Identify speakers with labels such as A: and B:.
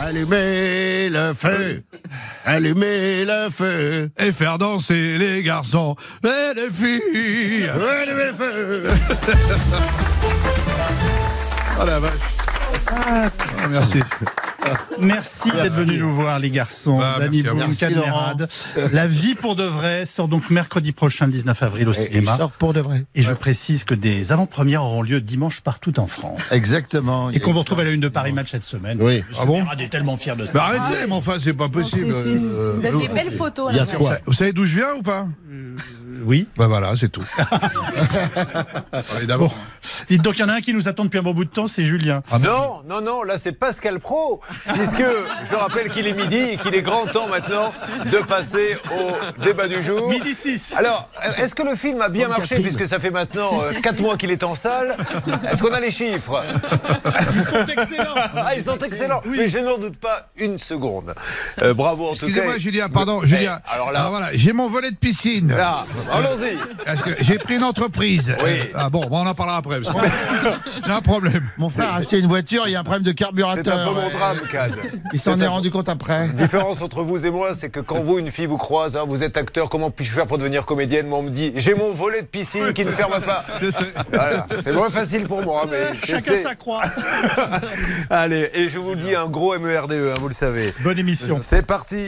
A: Allumez le feu, allumez le feu,
B: et faire danser les garçons et les filles.
A: allumez le feu.
B: Oh la vache. Ah, merci.
C: Merci, d'être venus nous voir, les garçons.
B: Ah,
C: Danny
B: merci à vous.
C: Boone,
B: Merci,
C: Cadmerade. La vie pour de vrai sort donc mercredi prochain, le 19 avril, au
A: Et il
C: cinéma.
A: sort pour de vrai.
C: Et je précise que des avant-premières auront lieu dimanche partout en France.
A: Exactement.
C: Et qu'on vous retrouve à la une de Paris Match cette semaine.
A: Oui. Bah,
C: Le
B: Ah bon
C: Sénégal est tellement fier de
B: Mais
C: ça.
A: Ah.
B: arrêtez, mais enfin, c'est pas possible. Euh,
D: Vous avez des belles photos.
A: Il y a
D: là.
A: quoi
B: Vous savez d'où je viens ou pas
C: Oui.
B: Bah voilà, c'est tout. Allez, d'abord.
C: Dites donc, il y en a un qui nous attend depuis un bon bout de temps, c'est Julien.
E: Non, non, non, là c'est Pascal Pro, puisque je rappelle qu'il est midi et qu'il est grand temps maintenant de passer au débat du jour.
C: Midi 6.
E: Alors, euh, est-ce que le film a bien marché, puisque ça fait maintenant 4 mois qu'il est en salle Est-ce qu'on a les chiffres
C: Ils sont excellents.
E: Ah, ils sont excellents, mais je n'en doute pas une seconde. Euh, bravo en tout cas.
B: Excusez-moi, Julien, pardon, Julien. Ah,
E: Eh, alors là-
B: voilà, j'ai mon volet de piscine.
E: Ah, allons-y.
B: Parce que j'ai pris une entreprise.
E: Oui.
B: Euh, Ah bon, bah, on en parlera après. parce que J'ai un problème.
F: Mon frère a acheté une voiture, il y a un problème de
E: C'est un peu
F: carburateur.
E: mon drame, Cad.
F: Il s'en
E: C'est
F: est
E: un-
F: rendu compte après.
E: La différence entre vous et moi, c'est que quand vous, une fille, vous croise, hein, vous êtes acteur, comment puis-je faire pour devenir comédienne Moi, on me dit, j'ai mon volet de piscine qui ne ferme pas.
B: Je sais.
E: Voilà, c'est moins facile pour moi, hein, mais
C: Chacun
E: j'essaie.
C: sa croix.
E: Allez, et je vous dis un gros MERDE, hein, vous le savez.
C: Bonne émission.
E: C'est parti.